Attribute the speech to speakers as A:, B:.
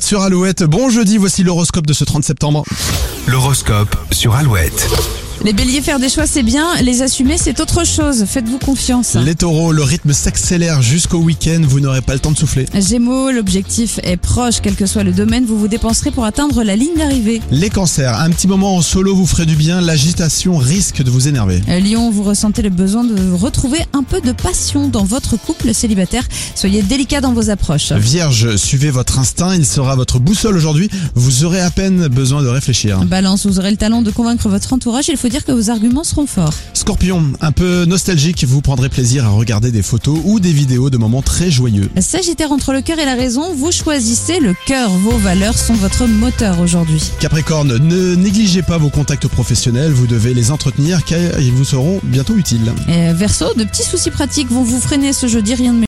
A: Sur Alouette, bon jeudi, voici l'horoscope de ce 30 septembre.
B: L'horoscope sur Alouette.
C: Les béliers, faire des choix, c'est bien. Les assumer, c'est autre chose. Faites-vous confiance.
A: Les taureaux, le rythme s'accélère jusqu'au week-end, vous n'aurez pas le temps de souffler.
C: Gémeaux, l'objectif est proche. Quel que soit le domaine, vous vous dépenserez pour atteindre la ligne d'arrivée.
A: Les cancers, un petit moment en solo vous ferait du bien, l'agitation risque de vous énerver.
C: Euh, Lion, vous ressentez le besoin de retrouver un peu de passion dans votre couple célibataire. Soyez délicat dans vos approches.
A: Vierge, suivez votre instinct, il sera votre boussole aujourd'hui, vous aurez à peine besoin de réfléchir.
C: Balance, vous aurez le talent de convaincre votre entourage. Il faut dire que vos arguments seront forts.
A: Scorpion, un peu nostalgique, vous prendrez plaisir à regarder des photos ou des vidéos de moments très joyeux.
C: Sagittaire, entre le cœur et la raison, vous choisissez le cœur. Vos valeurs sont votre moteur aujourd'hui.
A: Capricorne, ne négligez pas vos contacts professionnels, vous devez les entretenir car ils vous seront bientôt utiles.
C: Euh, Verseau, de petits soucis pratiques vont vous freiner ce jeudi. Rien de